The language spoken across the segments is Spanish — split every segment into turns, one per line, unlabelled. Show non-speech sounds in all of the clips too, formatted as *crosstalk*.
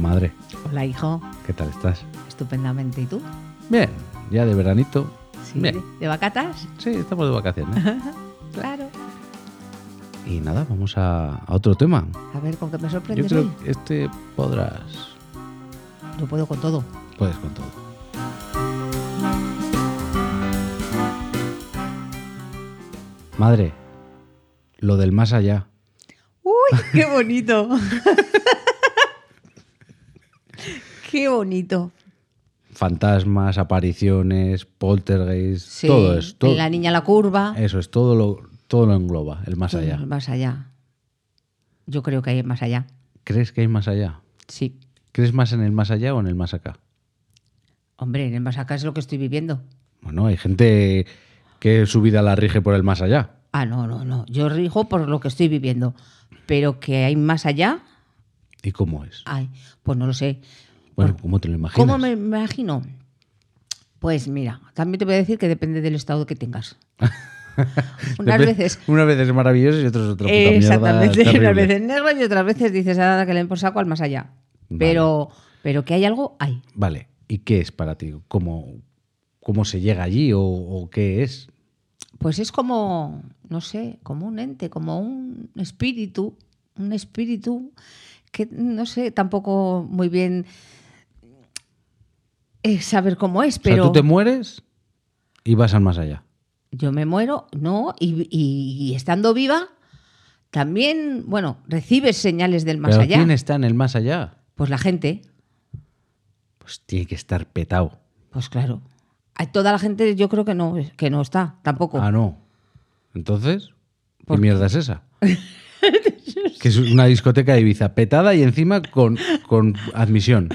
madre.
Hola, hijo.
¿Qué tal estás?
Estupendamente. ¿Y tú?
Bien, ya de veranito.
Sí.
Bien.
¿De vacatas?
Sí, estamos de vacaciones.
Claro.
y nada, vamos a, a otro tema.
A ver, ¿con qué me
Yo
sorprendes hoy?
creo que este podrás.
Yo puedo con todo.
Puedes con todo. Madre, lo del más allá.
*laughs* ¡Uy, qué *laughs* bonito! ¡Qué bonito!
Fantasmas, apariciones, poltergeist,
Sí,
todo es todo.
La niña a la curva.
Eso es, todo lo, todo lo engloba, el más
Todo
allá.
Más allá. Yo creo que hay más allá.
¿Crees que hay más allá?
Sí.
¿Crees más en el más allá o en el más acá?
Hombre, en el más acá es lo que estoy viviendo.
Bueno, hay gente que su vida la rige por el más allá.
Ah, no, no, no. Yo rijo por lo que estoy viviendo. Pero que hay más allá,
¿Y cómo es?
ay, pues no lo sé.
Bueno, ¿cómo te lo imaginas?
¿Cómo me imagino? Pues mira, también te voy a decir que depende del estado
*laughs*
que tengas. Unas
Depende-
veces.
*laughs* Unas veces es maravilloso y otras otra puta mierda
Exactamente, *laughs*
terrible.
unas veces negro y otras veces dices, nada, que le den por saco al más allá.
Vale.
Pero, pero que hay algo, hay.
Vale, ¿y qué es para ti? ¿Cómo, cómo se llega allí o, o qué es?
Pues es como, no sé, como un ente, como un espíritu, un espíritu que no sé tampoco muy bien eh, saber cómo es,
o
pero
sea, tú te mueres y vas al más allá.
yo me muero, no, y, y- y estando viva también, bueno, recibes señales del más
¿Pero
allá.
quién está en el más allá?
Pues la gente,
Pues tiene que estar petado.
pues claro. Hay toda la gente, yo creo que no, que no está, tampoco.
Ah, no. Entonces, ¿qué
¿Por qué?
mierda es
*laughs*
esa? que es una discoteca de Ibiza petada y encima con, con admisión.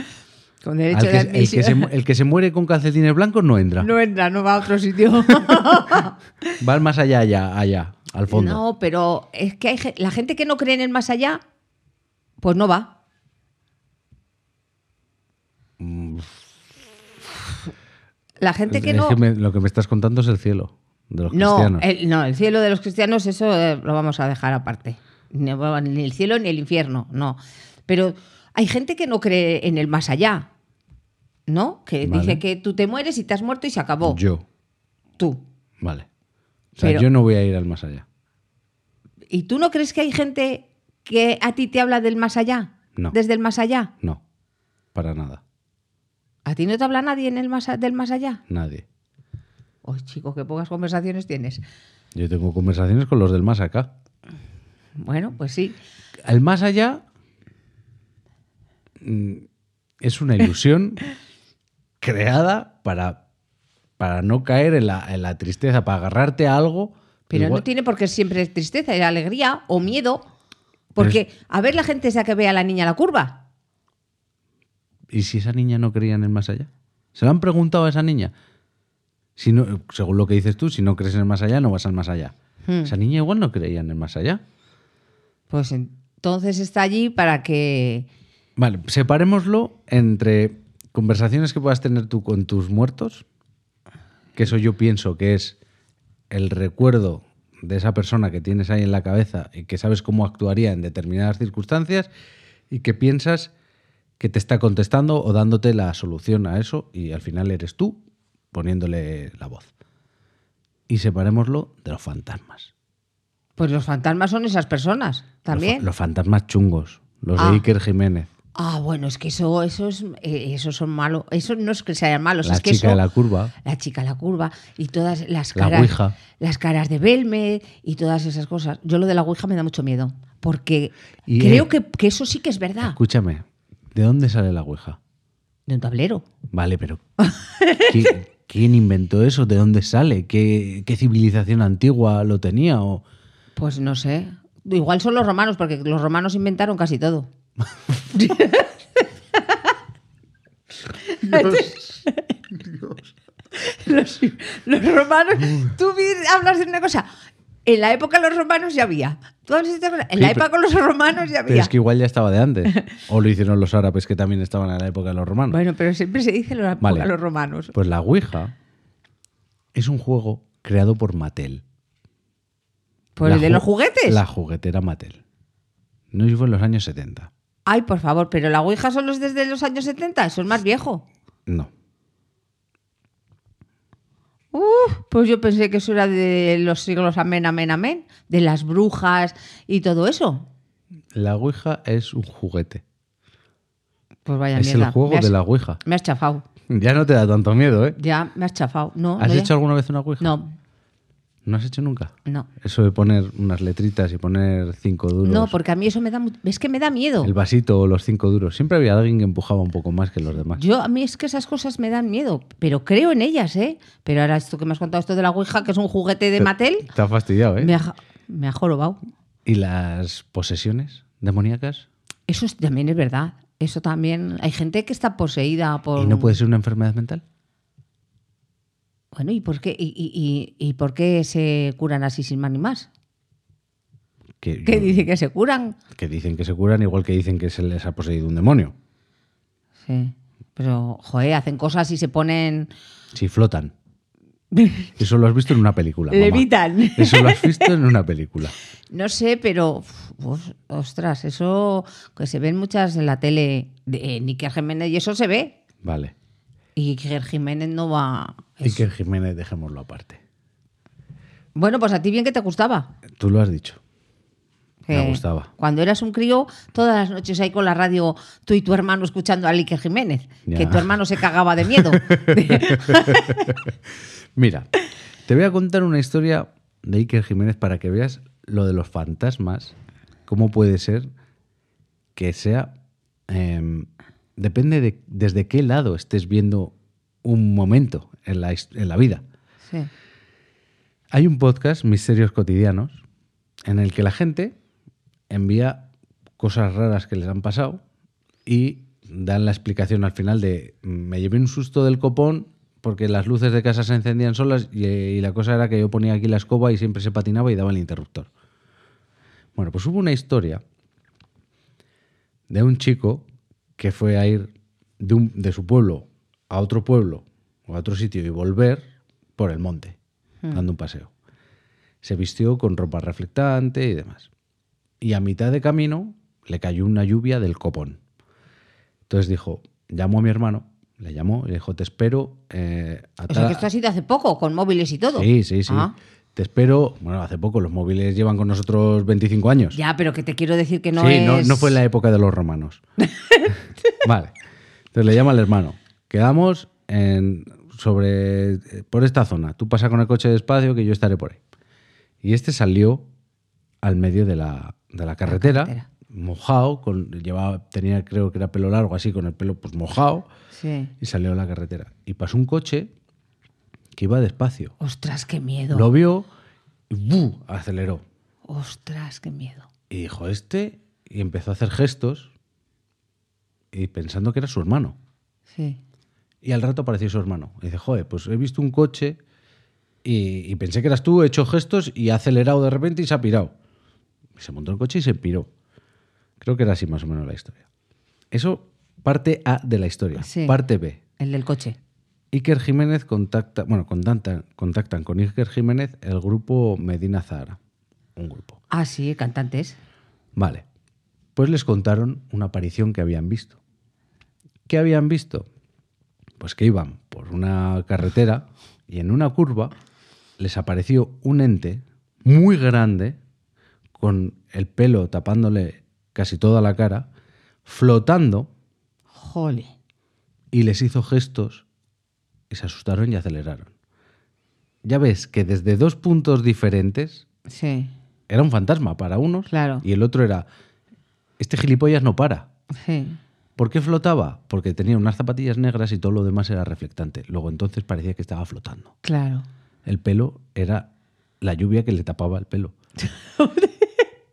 Con
Al
derecho
que-
de
el, que se,
admisión.
mu- el que se muere con calcetines blancos no entra.
*laughs* No entra, no va a otro *laughs* sitio.
Va *laughs* al más allá, allá, allá, al fondo.
No, pero es que hay ge- la gente que no cree en el más allá, pues no va. La gente que
Mm. Es
no.
que me- lo que me estás contando es el cielo de los
no,
cristianos.
el, no, el cielo de los cristianos, eso eh, lo vamos a dejar aparte. Ni ni el cielo ni el infierno, no. Pero hay gente que no cree en el más allá, ¿no? Que
Vale.
dice que tú te mueres y te has muerto y se acabó.
Yo.
Tú.
Vale. O sea,
Pero-
yo no voy a ir al más allá.
¿Y tú no crees que hay gente que a ti te habla del más allá?
No.
Desde el más allá.
No. Para nada.
¿A ti no te habla nadie en el más, a- del más allá?
Nadie.
Uy, chico, qué pocas conversaciones tienes.
Yo tengo conversaciones con los del más acá.
Bueno, pues sí.
El más allá mm, es una
*laughs*
ilusión creada para, para no caer en la, en la tristeza, para agarrarte a algo. pues
Pero
igual-
no tiene por qué siempre es tristeza, es alegría o miedo. Porque, a ver la gente esa que ve a la niña a la curva.
¿Y si esa niña no creía en el más allá? ¿Se lo han preguntado a esa niña? Si no, según lo que dices tú, si no crees en el más allá, no vas al más allá.
Hmm.
Esa niña igual no creía en el más allá.
Pues entonces está allí para que.
Vale, separémoslo entre conversaciones que puedas tener tú con tus muertos, que eso yo pienso que es el recuerdo de esa persona que tienes ahí en la cabeza y que sabes cómo actuaría en determinadas circunstancias y que piensas que te está contestando o dándote la solución a eso y al final eres tú poniéndole la voz. Y separémoslo de los fantasmas.
Pues los fantasmas son esas personas
Los,
también.
fa- los fantasmas chungos, los
Ah.
de Iker Jiménez,
Ah, bueno, es que eso, eso es, eh, esos son malos. Eso no es que sean malos,
la
Pues es que
chica de
eso-
la curva.
la chica a la curva y todas las
La
caras,
ouija.
las caras de Belme y todas esas cosas. Yo lo de la ouija me da mucho miedo porque
Y,
creo
eh,
que, que eso sí que es verdad.
Escúchame, ¿de dónde sale la Ouija?
De un tablero.
Vale,
*laughs*
pero ¿qui- ¿quién, inventó eso? ¿De dónde sale? ¿Qué, qué civilización antigua lo tenía? O,
Pues no sé. Igual son los romanos, porque los romanos inventaron
*laughs*
casi todo. Los, los romanos. Tú vi- hablas de una cosa. En la época de los romanos ya había. Tú hablas de otra cosa. En la
Sí, pero-
época de los romanos ya
pero
había.
es que igual ya estaba de antes. O lo hicieron los árabes que también estaban en la época de los romanos.
Bueno, pero siempre se dice la época
Vale.
de los romanos.
Pues la Ouija es un juego creado por Mattel.
Por
La
el de
ju-
los juguetes.
La juguetera Mattel. No fue en los años 70.
Ay, por favor, pero la Ouija solo es desde los años 70, eso es más viejo.
No.
Uf, pues yo pensé que eso era de los siglos amén, amén, amén, de las brujas y todo eso.
La Ouija es un juguete.
Pues vaya
es
mierda.
el juego
me has,
de la Ouija.
Me has chafado.
Ya no te da tanto miedo, ¿eh?
Ya, me has chafado. No,
¿Has
no, ya.
hecho alguna vez una Ouija?
No,
¿No has hecho nunca?
no.
Eso de poner unas letritas y poner cinco duros.
No, porque a mí eso me da. mu- Es que me da miedo.
El vasito o los cinco duros. Siempre había alguien que empujaba un poco más que los demás.
Yo, a mí es que esas cosas me dan miedo, pero creo en ellas, ¿eh? Pero ahora esto que me has contado, esto de la Ouija, que es un juguete de
Te-
Mattel,
Te ha fastidiado, ¿eh?
me ha, me ha jorobado.
¿Y las posesiones demoníacas?
Eso es- también es verdad. Eso también. Hay gente que está poseída por.
¿Y no puede ser una enfermedad mental?
Bueno, ¿y por qué, y, y- y- y por qué se curan así sin más ni más?
Que,
¿Qué
yo-
dice que se curan?
que dicen que se curan igual que dicen que se les ha poseído un demonio.
Sí. Pero, joder, hacen cosas y se ponen.
Si
*laughs*
flotan. Eso lo has visto en una película. mamá.
Levitan. *laughs*
Eso lo has visto en una película.
No sé, pero. uf, os- ostras, eso que se ven muchas en la tele de Níker Jiménez y eso se ve.
Vale.
Y Níker Jiménez no va. eh.
Y que Jiménez dejémoslo aparte.
Bueno, pues a ti bien que te gustaba.
Tú lo has dicho. Me
Que
gustaba.
Cuando eras un crío, todas las noches ahí con la radio, tú y tu hermano escuchando a Níker Jiménez.
Ya.
Que tu hermano se cagaba de
*laughs*
miedo. *laughs*
Mira, te voy a contar una historia de Iker Jiménez para que veas lo de los fantasmas. ¿Cómo puede ser que sea... em, depende de desde qué lado estés viendo un momento en la his- en la vida.
Sí.
Hay un podcast, Misterios Cotidianos, en el que la gente envía cosas raras que les han pasado y dan la explicación al final de me llevé un susto del copón porque las luces de casa se encendían solas y, y la cosa era que yo ponía aquí la escoba y siempre se patinaba y daba el interruptor. Bueno, pues hubo una historia de un chico que fue a ir de, un- de su pueblo a otro pueblo o a otro sitio y volver por el monte,
Hmm.
dando un paseo. Se vistió con ropa reflectante y demás. Y a mitad de camino le cayó una lluvia del copón. Entonces dijo, llamó a mi hermano, le llamó y le dijo, te espero. eh, a
O sea,
tal-
que esto ha sido hace poco, con móviles y todo.
Sí, sí, sí.
Ah,
Te espero. Bueno, hace poco los móviles llevan con nosotros 25 años.
ya, pero que te quiero decir que no
sí,
es...
no, no fue la época de los
*laughs*
romanos. vale. Entonces le llama al hermano. Quedamos en- sobre por esta zona. Tú pasa con el coche despacio que yo estaré por ahí. Y este salió al medio de la, de la carretera,
carretera.
mojado, con, llevaba, tenía creo que era pelo largo así, con el pelo pues mojado,
Sí.
y salió a la carretera. Y pasó un coche que iba despacio.
Ostras, qué miedo.
Lo vio y ¡bu! aceleró.
Ostras, qué miedo.
Y dijo, este. Y empezó a hacer gestos y pensando que era su hermano.
Sí.
Y al rato apareció su hermano. Y dice, joder, pues he visto un coche y, y pensé que eras tú, he hecho gestos y ha acelerado de repente y se ha pirado. Y se montó el coche y se piró. Creo que era así más o menos la historia. Eso parte A de la historia.
Sí.
Parte B.
El del coche.
Iker Jiménez contacta, bueno, contactan, contactan con Iker Jiménez el grupo Medina Zahara. Un grupo.
Ah, sí, cantantes.
Vale. Pues les contaron una aparición que habían visto. ¿Qué habían visto? Pues que iban por una carretera y en una curva les apareció un ente muy grande con el pelo tapándole casi toda la cara, flotando
Jole.
y les hizo gestos y se asustaron y aceleraron. Ya ves que desde dos puntos diferentes
Sí,
era un fantasma para unos
Claro.
y el otro era, este gilipollas no para.
sí.
¿Por qué flotaba? Porque tenía unas zapatillas negras y todo lo demás era reflectante. Luego entonces parecía que estaba flotando.
Claro.
El pelo era la lluvia que le tapaba el
*laughs*
pelo.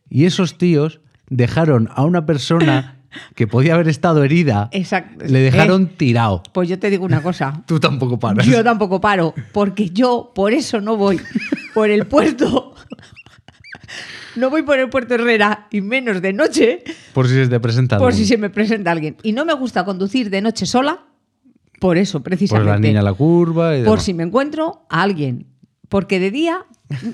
y esos tíos dejaron a una persona que podía haber estado herida,
Exacto.
le dejaron tirado.
Eh, pues yo te
*laughs*
digo una cosa.
Tú tampoco paras.
Yo tampoco paro, porque yo por eso no voy por el puerto. *laughs* No voy por el puerto Herrera y menos de noche
Por si se te presenta
por
algún-
si se me presenta alguien. Y no me gusta conducir de noche sola, por eso,
por
precisamente.
la niña a la curva. Y
por
demás.
si me encuentro a alguien. Porque de día mm,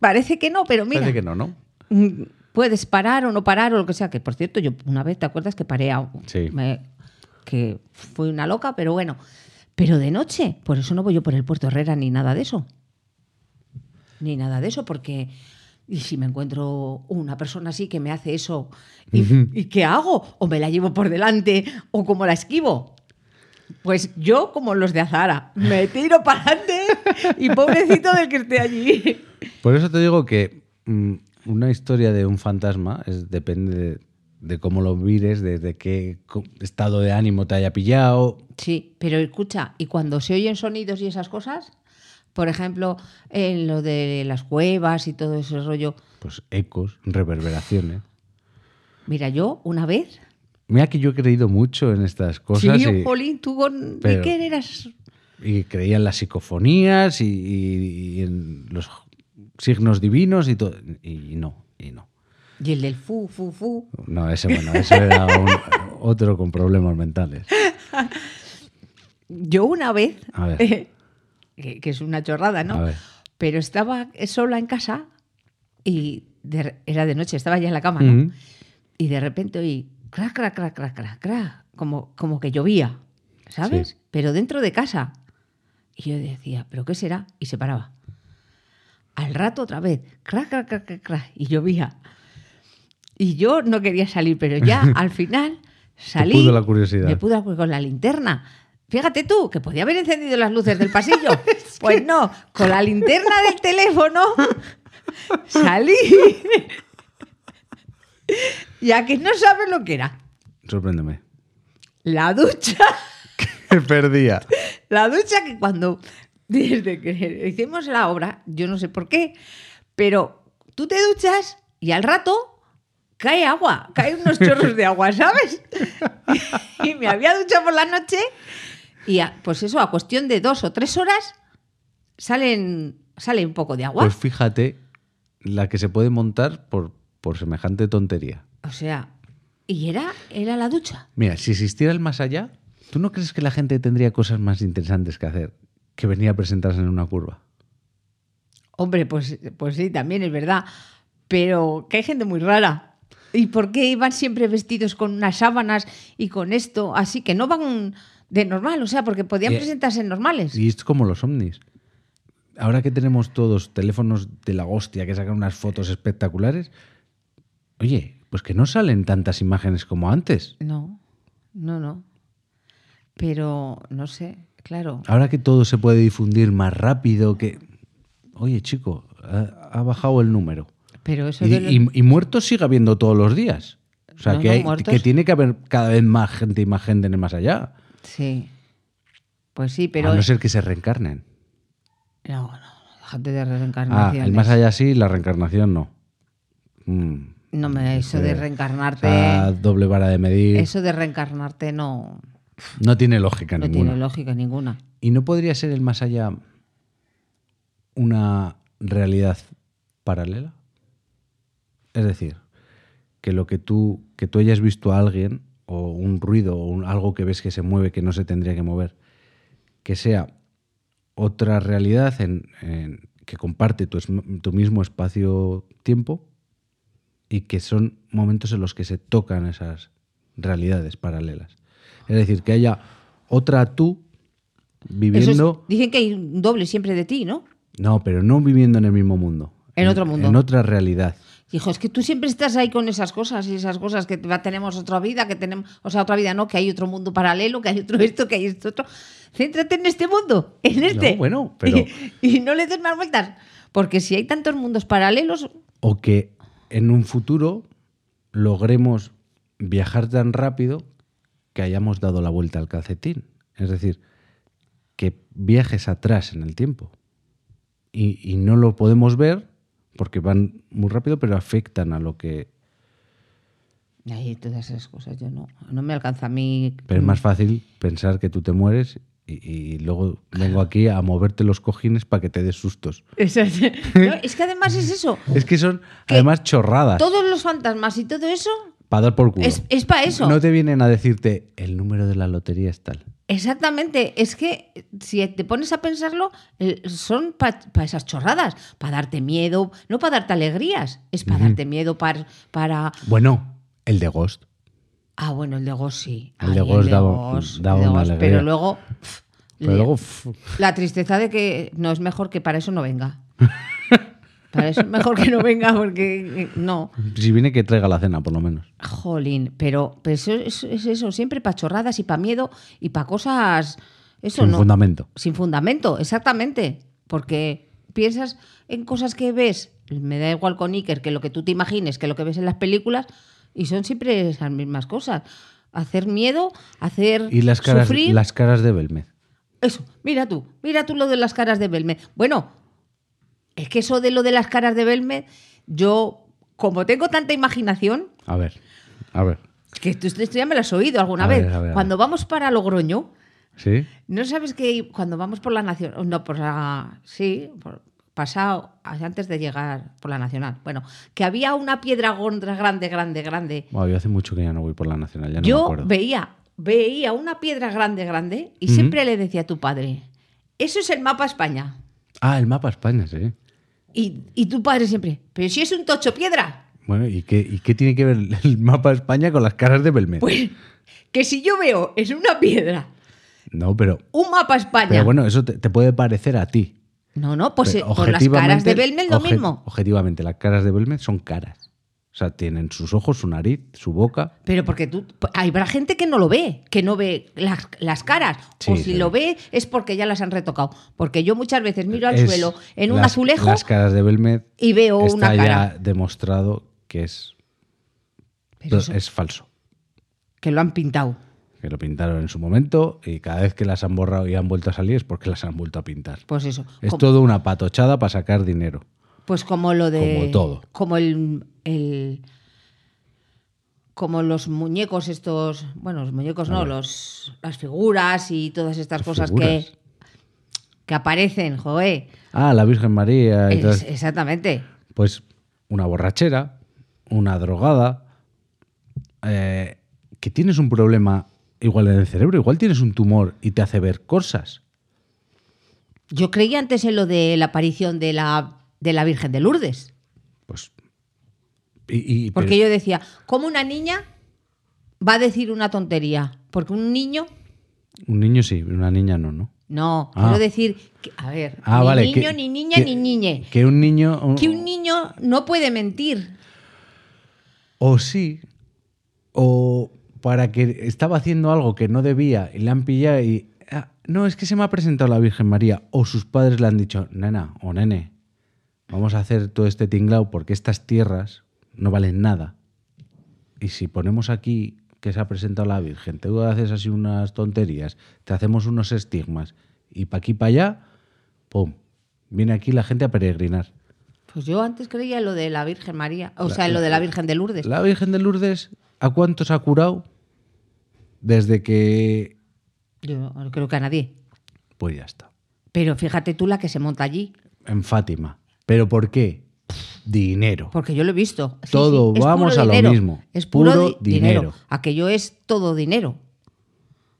parece que no, pero mira,
Parece que no, ¿no?
mm, puedes parar o no parar o lo que sea. Que por cierto, yo una vez, ¿te acuerdas que paré a
Sí.
me- que fui una loca, pero bueno. Pero de noche, por eso no voy yo por el Puerto Herrera ni nada de eso. Ni nada de eso, porque. ¿Y si me encuentro una persona así que me hace eso? ¿Y, y qué hago? ¿O me la llevo por delante? ¿O cómo la esquivo? Pues yo, como los de Azara, me tiro para adelante y pobrecito del que esté allí.
Por eso te digo que mm, una historia de un fantasma es, depende de, de cómo lo mires, desde qué co- estado de ánimo te haya pillado.
Sí, pero escucha, y cuando se oyen sonidos y esas cosas, por ejemplo, en lo de las cuevas y todo ese rollo.
Pues ecos, reverberaciones.
Mira, yo una vez.
Mira que yo he creído mucho en estas cosas
sí,
y,
Jolín, tú con.
Pues pero-
¿De qué eras?
y creía en las psicofonías y, y- y en los signos divinos y todo. Y no, y no.
Y el del fu, fu, fu.
No, ese bueno, ese era un- *laughs* otro con problemas mentales.
Yo una vez.
A ver.
*laughs* que, que es una chorrada, ¿no?
A ver.
Pero estaba sola en casa y de- era de noche, estaba ya en la cama, ¿no?
Ujú.
Y de repente oí crac, crac, crac, crac, crac, crac, como, como que llovía, ¿sabes?
Sí.
Pero dentro de casa. Y yo decía, ¿pero qué será? Y se paraba. Al rato otra vez, crac, crac, crac, crac, crac, y llovía. Y yo no quería salir, pero ya
*laughs*
al final salí.
pudo la curiosidad.
Me pudo la cu- con la linterna. Fíjate tú, que podía haber encendido las luces del pasillo. pues no, con la linterna del teléfono salí. *laughs* y a que no sabes lo que era.
Sorpréndeme. *laughs*
La ducha.
Perdía.
La ducha que cuando, *laughs* desde que hicimos la obra, yo no sé por qué, pero tú te duchas y al rato cae agua, caen unos chorros de agua, ¿sabes? *laughs* Y me había duchado por la noche y a- pues eso, a cuestión de dos o tres horas, salen, sale un poco de agua.
Pues fíjate la que se puede montar por, por semejante tontería.
o sea, y era, era la ducha.
Mira, si existiera el más allá, ¿tú no crees que la gente tendría cosas más interesantes que hacer que venir a presentarse en una curva?
Hombre, pues, pues sí, también es verdad. Pero que hay gente muy rara. ¿Y por qué iban siempre vestidos con unas sábanas y con esto? Así que no van de normal, o sea, porque podían
Eh,
presentarse normales.
Y es como los ovnis. Ahora que tenemos todos teléfonos de la hostia que sacan unas fotos espectaculares, oye, pues que no salen tantas imágenes como antes.
No, no, no. Pero no sé, claro.
Ahora que todo se puede difundir más rápido, que... Oye, chico, ha, ha bajado el número.
Pero eso
Y,
de lo-
y- y muertos sigue habiendo todos los días. O sea,
No,
que,
no,
hay-
muertos.
que tiene que haber cada vez más gente y más gente en el más allá.
Sí. Pues sí, pero.
a Ah, no ser que se reencarnen.
No, no, déjate de
Ah,
reencarnaciones.
el más allá sí, la reencarnación no. Mm.
No me, eso de
Eh,
reencarnarte.
Esa doble vara de medir.
Eso de reencarnarte no,
No tiene lógica
no
ninguna.
tiene lógica ninguna.
¿Y no podría ser el más allá una realidad paralela? Es decir, que lo que tú, que tú hayas visto a alguien, o un ruido, o un- algo que ves que se mueve que no se tendría que mover, que sea otra realidad en, en- que comparte tu, es- tu mismo espacio-tiempo y que son momentos en los que se tocan esas realidades paralelas. Es decir, que haya otra tú
Eso es-
viviendo,
dicen que hay un doble siempre de ti, ¿no?
no, pero no viviendo en el mismo mundo.
En otro mundo.
En otra realidad.
Hijo, es que tú siempre estás ahí con esas cosas y esas cosas que va- tenemos otra vida, que tenemos, o sea, otra vida no, que hay otro mundo paralelo, que hay otro *laughs* esto, que hay esto otro. Céntrate en este mundo, en este. *laughs*
bueno, pero-
Y, y no le des más vueltas, porque si hay tantos mundos paralelos,
O que en un futuro logremos viajar tan rápido que hayamos dado la vuelta al calcetín. Es decir, que viajes atrás en el tiempo. Y, y no lo podemos ver porque van muy rápido, pero afectan a lo que...
ahí todas esas cosas yo no, no me alcanza a mí.
Pero es
*laughs*
más fácil pensar que tú te mueres y, y luego vengo aquí a moverte los cojines para que te des sustos.
Esas- No, es que además
*laughs*
es eso.
Es que son además chorradas.
Todos los fantasmas y todo eso
Para dar por culo.
es, para eso.
No te vienen a decirte el número de la lotería es tal.
Exactamente, es que si te pones a pensarlo, eh, son para esas chorradas, para darte miedo, no para darte alegrías, es para darte miedo, para, para...
Bueno, el de Ghost.
Ah, bueno, el de Ghost sí.
El de
Ay,
Ghost daba-
Ghost,
daba
el de
una
Ghost,
alegría.
Pero luego, pf,
Pero
le-
luego, pf,
la tristeza de que no es mejor que para eso
*laughs*
no venga. Para eso es mejor que no venga porque eh, no.
si viene que traiga la cena, por lo menos.
Jolín, pero, pero eso es, es eso, siempre para chorradas y para miedo y para cosas. Eso
Sin
no.
fundamento.
Sin fundamento, exactamente. Porque piensas en cosas que ves, me da igual con Iker que lo que tú te imagines, que lo que ves en las películas, y son siempre esas mismas cosas. Hacer miedo, hacer
Y las caras,
sufrir.
las caras de Belmez.
Eso, mira tú, mira tú lo de las caras de Belmed. Bueno, es que eso de lo de las caras de Belmed, yo, como tengo tanta imaginación,
A ver, a ver.
que tú, tú ya me lo has oído alguna
A
vez,
ver, a ver, a
cuando vamos para Logroño,
¿Sí?
no sabes que cuando vamos por la nación, no, por la, sí, por- pasado, antes de llegar por la nacional, bueno, que había una piedra gondra grande, grande, grande,
Bueno, yo hace mucho que ya no voy por la nacional, ya no me
yo
acuerdo.
veía, veía una piedra grande, grande, y
Ujú.
siempre le decía a tu padre, eso es el mapa España.
Ah, el mapa España, sí.
Y, y tu padre siempre, pero si es un tocho piedra,
Bueno, ¿y qué, ¿y qué tiene que ver el mapa España con las caras de Belmez?
pues que si yo veo es una piedra,
no, pero,
un mapa España.
pero bueno, eso te, te puede parecer a ti.
no, no, pues eh,
Pero
por las caras de
objetivamente-
Belmel lo
obje-
mismo.
Objetivamente, las caras de Belmez son caras. O sea, tienen sus ojos, su nariz, su boca.
Pero porque tú, hay habrá gente que no lo ve, que no ve las, las caras.
Sí,
o si
sí.
lo ve es porque ya las han retocado. Porque yo muchas veces miro al
Es-
suelo en un
las-
azulejo
Las caras de Belmez
y veo
está
una cara.
ya demostrado que es,
Pero eso,
es falso.
que lo han pintado.
Que lo pintaron en su momento y cada vez que las han borrado y han vuelto a salir es porque las han vuelto a pintar.
Pues eso.
Es
como-
todo una patochada para sacar dinero.
Pues como lo de.
Como todo.
Como el. el- como los muñecos estos. Bueno, los muñecos no, los, las figuras y todas estas cosas que,
figuras.
que aparecen, joe.
Ah, la Virgen María. y
Es-
tal.
exactamente.
Pues una borrachera, una drogada, eh, que tienes un problema igual en el cerebro, igual tienes un tumor y te hace ver cosas.
Yo creía antes en lo de la aparición de la, de la Virgen de Lourdes.
Pues. Y, y-
Porque
pero-
yo decía, ¿cómo una niña va a decir una tontería? Porque un niño.
Un niño sí, una niña no, ¿no?
No,
Ah.
quiero decir. que- a ver,
Ah,
ni
vale.
niño,
que-
ni niña,
que-
ni niñe.
Que un niño. o-
que un niño no puede mentir.
O sí, o para que estaba haciendo algo que no debía y le han pillado y. "Ah, no, es que se me ha presentado la Virgen María. O sus padres le han dicho, nena o nene, vamos a hacer todo este tinglao porque estas tierras no valen nada. Y si ponemos aquí que se ha presentado la Virgen, te haces así unas tonterías, te hacemos unos estigmas y pa' aquí para allá, pum, viene aquí la gente a peregrinar.
Pues yo antes creía en lo de la Virgen María, o sea, en lo de la Virgen de Lourdes.
La Virgen de Lourdes, ¿a cuántos ha curado? Desde que.
Yo no creo que a nadie.
Pues ya está.
Pero fíjate tú la que se monta allí,
En Fátima. ¿Pero por qué? Dinero.
porque yo lo he visto. Sí,
Todo,
sí, es puro
vamos a lo
dinero,
mismo,
Es puro,
puro
di- dinero.
dinero.
Aquello es todo dinero.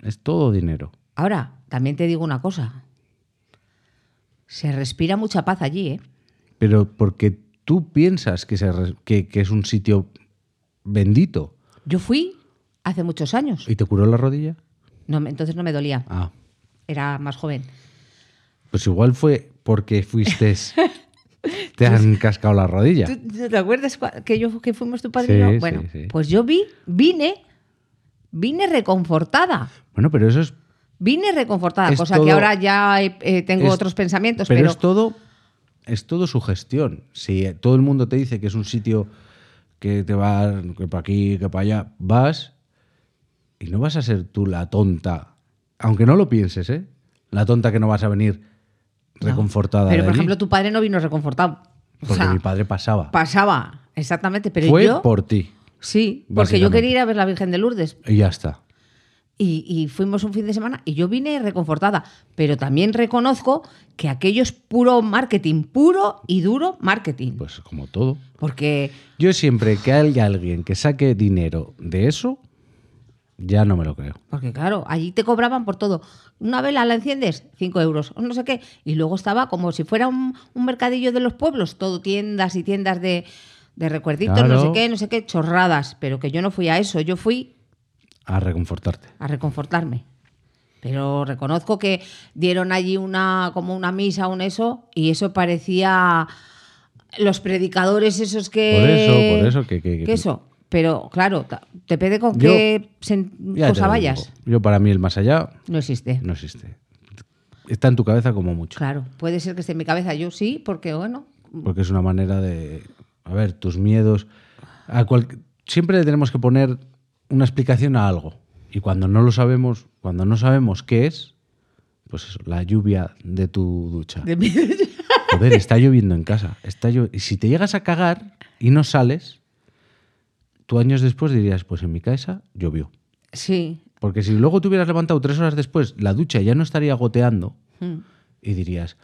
Es todo dinero.
Ahora, también te digo una cosa. Se respira mucha paz allí, ¿eh?
Pero porque tú piensas que, se re- que- que es un sitio bendito.
Yo fui hace muchos años.
¿Y te curó la rodilla?
No, me- entonces no me dolía.
Ah.
Era más joven.
Pues igual fue porque fuiste. te han cascado la rodilla.
¿Tú- tú te acuerdas cua- que yo que fuimos tu padrino?
Sí,
bueno,
sí, sí.
pues yo vi, vine, vine reconfortada.
Bueno, pero eso es.
Vine reconfortada,
Es
cosa
todo-
que ahora ya eh, eh, tengo
es-
otros pensamientos,
Pero,
pero,
es todo es todo su gestión. Si eh, todo el mundo te dice que es un sitio que te va que para aquí, que para allá, vas y no vas a ser tú la tonta, aunque no lo pienses, ¿eh? La tonta que no vas a venir reconfortada.
pero
de
por
allí,
ejemplo tu padre no vino reconfortado. O
¿eh? porque
sea,
mi padre pasaba.
pasaba, exactamente, pero
Fue
yo
por ti
sí, porque yo
básicamente.
quería ir a ver la Virgen de Lourdes
y ya está.
y, y fuimos un fin de semana y yo vine reconfortada, pero también reconozco que aquello es puro marketing, puro y duro marketing,
Pues como todo.
porque
Yo siempre que haya alguien que saque dinero de eso, Ya no me lo creo.
Porque claro, allí te cobraban por todo. Una vela la enciendes, 5 euros, o no sé qué. Y luego estaba como si fuera un, un mercadillo de los pueblos, todo tiendas y tiendas de, de recuerditos, no sé
Claro.
qué, no sé qué, chorradas. Pero que yo no fui a eso, yo fui
A reconfortarte.
a reconfortarme. Pero reconozco que dieron allí una como una misa, un eso, y eso parecía los predicadores esos que
Por eso, por eso que- que- que-
eso. Pero claro, ta- te pede con
Yo-
qué sen-
Ya te
cosa
lo
vayas.
digo. Mm. Yo para mí el más allá
No existe.
no existe. Está en tu cabeza como mucho.
Claro, puede ser que esté en mi cabeza. Yo sí, porque bueno,
Porque es una manera de. A ver, tus miedos. A cual- Siempre le tenemos que poner una explicación a algo. Y cuando no lo sabemos, cuando no sabemos qué es, pues eso, la lluvia de tu ducha.
de *laughs* mi-
Joder, está lloviendo en casa. Está llo- Y si te llegas a cagar y no sales, tú años después dirías, pues en mi casa llovió.
sí.
Porque si luego te hubieras levantado tres horas después, la ducha ya no estaría goteando
Mm.
y dirías,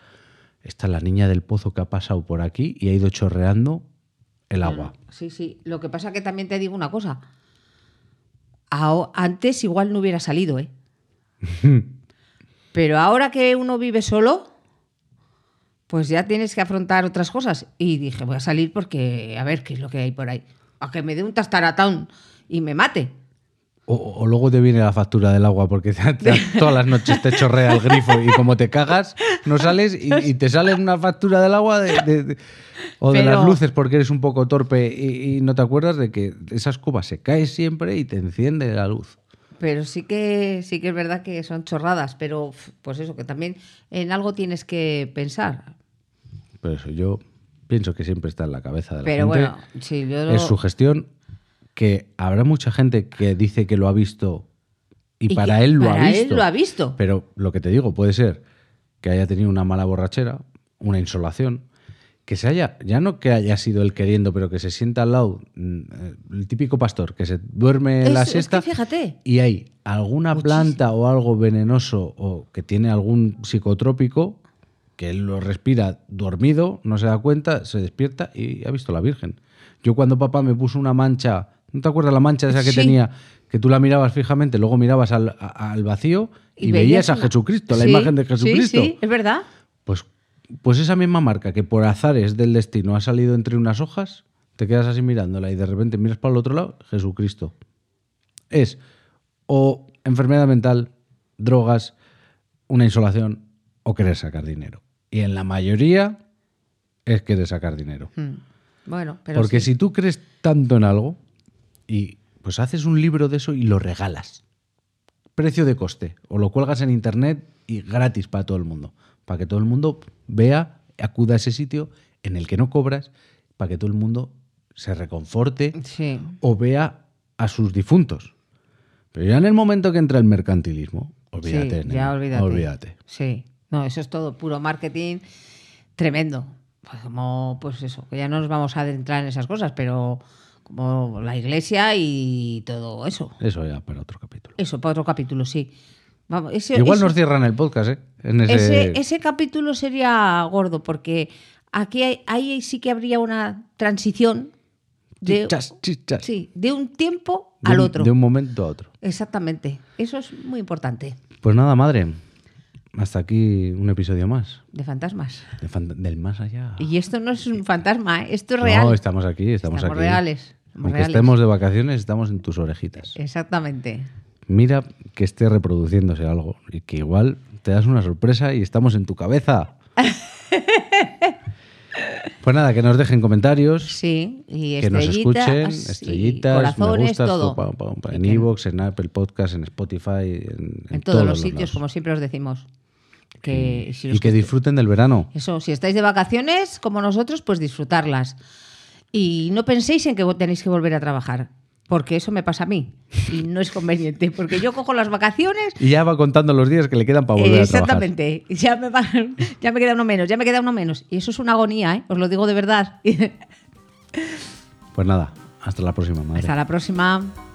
esta es la niña del pozo que ha pasado por aquí y ha ido chorreando el agua.
Sí, sí. Lo que pasa que también te digo una cosa. Ao- Antes igual no hubiera
*laughs*
salido, ¿eh? Pero ahora que uno vive solo, pues ya tienes que afrontar otras cosas. Y dije, voy a salir porque a ver qué es lo que hay por ahí. A que me dé un tastaratón y me mate.
O, o luego te viene la factura del agua porque *laughs* te- te- todas las noches te chorrea el grifo y como te cagas, no sales y, y te sale una factura del agua de- de- de- o de
Pero-
las luces porque eres un poco torpe y, y no te acuerdas de que esa escoba se cae siempre y te enciende la luz.
Pero sí que sí que es verdad que son chorradas, pero uf, pues eso, que también en algo tienes que pensar.
Pero eso yo pienso que siempre está en la cabeza de la
Pero
gente.
bueno, sí, yo lo-
es su gestión que habrá mucha gente que dice que lo ha visto y,
Y
para
que
él lo
para
ha
él
visto.
lo ha visto.
Pero lo que te digo, puede ser que haya tenido una mala borrachera, una insolación, que se haya, ya no que haya sido él queriendo, pero que se sienta al lado, mm, eh, el típico pastor, que se duerme en
Es-
la
es que
siesta
fíjate.
y hay alguna planta o algo venenoso o que tiene algún psicotrópico que él lo respira dormido, no se da cuenta, se despierta y ha visto a la Virgen. Yo cuando papá me puso una mancha, ¿no te acuerdas la mancha esa que
Sí.
tenía? Que tú la mirabas fijamente, luego mirabas al, a- al vacío y, veías, a
una-
Jesucristo, la
Sí,
imagen de
sí,
Jesucristo.
Sí, es verdad.
Pues, pues esa misma marca que por azares del destino ha salido entre unas hojas, te quedas así mirándola y de repente miras para el otro lado, Jesucristo. Es o enfermedad mental, drogas, una insolación o querer sacar dinero. Y en la mayoría es querer sacar dinero.
Mm. Bueno, pero
Porque
sí.
si tú crees tanto en algo y pues haces un libro de eso y lo regalas. Precio de coste. O lo cuelgas en internet y gratis para todo el mundo. Para que todo el mundo vea, acuda a ese sitio en el que no cobras, para que todo el mundo se reconforte
Sí.
o vea a sus difuntos. Pero ya en el momento que entra el mercantilismo, olvídate.
Sí,
nena,
ya olvídate.
olvídate.
Sí. No, eso es todo puro marketing tremendo. Pues como, pues eso, que ya no nos vamos a adentrar en esas cosas, pero como la iglesia y todo eso.
Eso ya para otro capítulo.
Eso, para otro capítulo, sí. Vamos, ese,
Igual
ese-
nos cierran el podcast, ¿eh? En ese-
ese, ese capítulo sería gordo, porque aquí hay- ahí sí que habría una transición de,
Chichas, chichas.
sí, de un tiempo
De
al
un-
otro.
De un momento a otro.
Exactamente. Eso es muy importante
Pues nada, madre. Hasta aquí un episodio más.
de fantasmas.
de Fant- del más allá.
Y esto no es un fantasma, ¿eh? esto es real.
No, estamos aquí, estamos,
Estamos
aquí.
reales, estamos
Aunque
reales. Eh,
estemos de vacaciones, estamos en tus orejitas.
Exactamente.
Mira que esté reproduciéndose algo y que igual te das una sorpresa y estamos en tu
*laughs*
cabeza. pues nada, que nos dejen comentarios,
Sí, y
que nos
estrellitas,
escuchen,
y
estrellitas,
corazones,
me gustas,
todo.
pa, pa, pa,
Y
en
que-
iVoox, en Apple Podcast, en Spotify, en,
en todos los
lados.
sitios, como siempre os decimos. Que, si os
Y que
gusta-
disfruten del verano.
Eso, si estáis de vacaciones, como nosotros, pues disfrutarlas. Y no penséis en que vo- tenéis que volver a trabajar, porque eso me pasa a mí. Y no es conveniente, porque yo cojo las vacaciones.
Y ya va contando los días que le quedan para volver a trabajar.
Exactamente, ya me, va- ya me queda uno menos, ya me queda uno menos. Y eso es una agonía, ¿eh? os lo digo de verdad. *laughs*
Pues nada, hasta la próxima, madre.
Hasta la próxima.